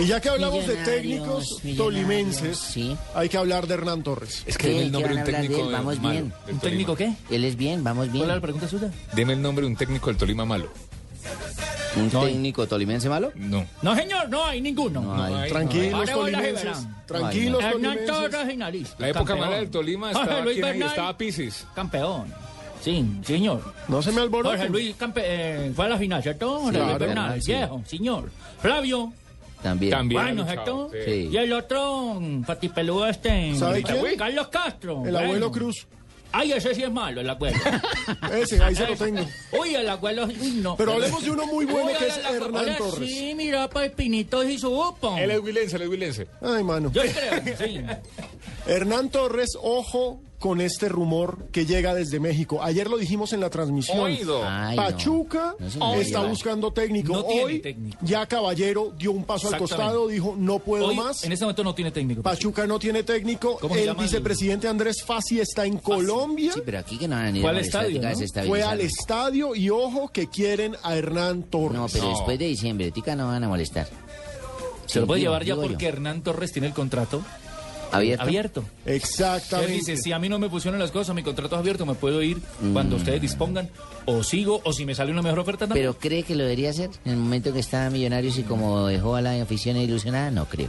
Y ya que hablamos de Millonarios, técnicos millonarios, tolimenses, sí. hay que hablar de Hernán Torres. Es ¿Qué- que deme el qué nombre van a hablar de un de técnico él? Vamos malo. bien. del ¿Un Tolima. técnico qué? Él es bien, vamos bien. ¿Cuál era la pregunta suya? Deme el nombre de un técnico del Tolima malo. ¿Un técnico tolimense malo? eh, No. No, señor, no hay ninguno. hay. Tranquilos Ahora voy a la tolimenses. Gibran. Tranquilos Hernán tolimenses. Torres finalista. La época campeón. mala del Tolima Jorge estaba, Luis ¿quién ahí? Bernal, estaba Pisis. Campeón. Sí, señor. No se me Jorge alboroten. Luis campe- eh, fue a la final, ¿cierto? Jorge Luis claro. Bernal, el Sí. viejo, señor. Flavio, También. También. bueno, chao, ¿cierto? sí. Y el otro, mm, patipeludo este. ¿Sabe quién? Carlos Castro. El abuelo bueno. Cruz. Ay, ese sí es malo, el abuelo. Ese, ahí se lo tengo. Uy, el abuelo, uy, no. Pero hablemos de uno muy bueno Uy, que ahora es la- Hernán ahora Torres. Sí, mira para Pinitos y su upo. Él es Wilense, él es Wilense. Ay, mano. Yo creo, sí. Hernán Torres, ojo con este rumor que llega desde México. Ayer lo dijimos en la transmisión. Oído. Ay, no. Pachuca No, señor. está Oiga. buscando técnico. No tiene Hoy técnico. ya Caballero dio un paso al Exactamente. costado, dijo no puedo Hoy, más. En este momento no tiene técnico. Pachuca no tiene técnico. ¿Cómo se El llama el- vicepresidente Andrés Fassi está en Colombia. Sí, pero aquí que no van a venir ¿Cuál a molestar, estadio, tica, no? Fue desestabilizar. al estadio y ojo que quieren a Hernán Torres. No, pero No. después de diciembre, tica, no van a molestar. Se lo puede Digo, llevar ya digo yo. porque Hernán Torres tiene el contrato ¿Abierto? abierto. Él Exactamente. dice, si a mí no me funcionan las cosas, mi contrato es abierto, me puedo ir cuando Mm. ustedes dispongan, o sigo, o si me sale una mejor oferta, no. ¿Pero cree que lo debería hacer? En el momento que está Millonarios y como dejó a la afición ilusionada, no creo.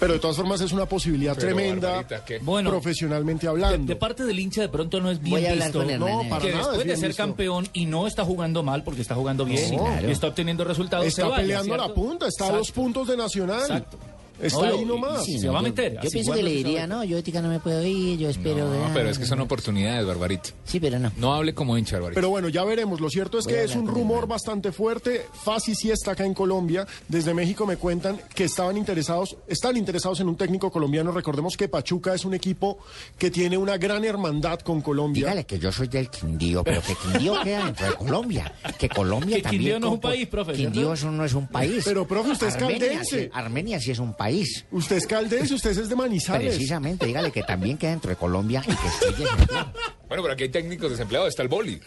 Pero de todas formas es una posibilidad Pero, tremenda, Barbarita, ¿qué? Bueno. profesionalmente hablando. de parte del hincha de pronto no es bien Voy a hablar visto. con Hernán. No, eh. para que nada, es después de bien ser visto. campeón y no está jugando mal porque está jugando bien Sí, claro. y está obteniendo resultados se está vaya, peleando ¿cierto? la punta, está a dos Exacto. puntos de Nacional. Exacto. Está No, ahí y- nomás. y- Se va a meter, Yo, así pienso igual que no le se va a diría, ir. no, yo tica no me puedo ir, yo espero... No, ah, pero es que son oportunidades, Barbarito. Sí, pero no. No hable como hincha, Barbarito. Pero bueno, ya veremos. Lo cierto es Voy a que es hablar un con rumor Hernán. bastante fuerte. Fasi sí está acá en Colombia. Desde México me cuentan que estaban interesados, están interesados en un técnico colombiano. Recordemos que Pachuca es un equipo que tiene una gran hermandad con Colombia. Dígale que yo soy del Quindío, pero que Quindío queda dentro de Colombia. Que Colombia Que también. Quindío no es un compo- país, profe, Quindío ¿cierto? eso no es un país. Pero, profe, usted es Armenia caldense. sí- Armenia sí es un país. Usted es caldense, usted es de Manizales. Precisamente, dígale que también queda dentro de Colombia y que soy de Santiago. Bueno, pero aquí hay técnicos desempleados. Está el boli.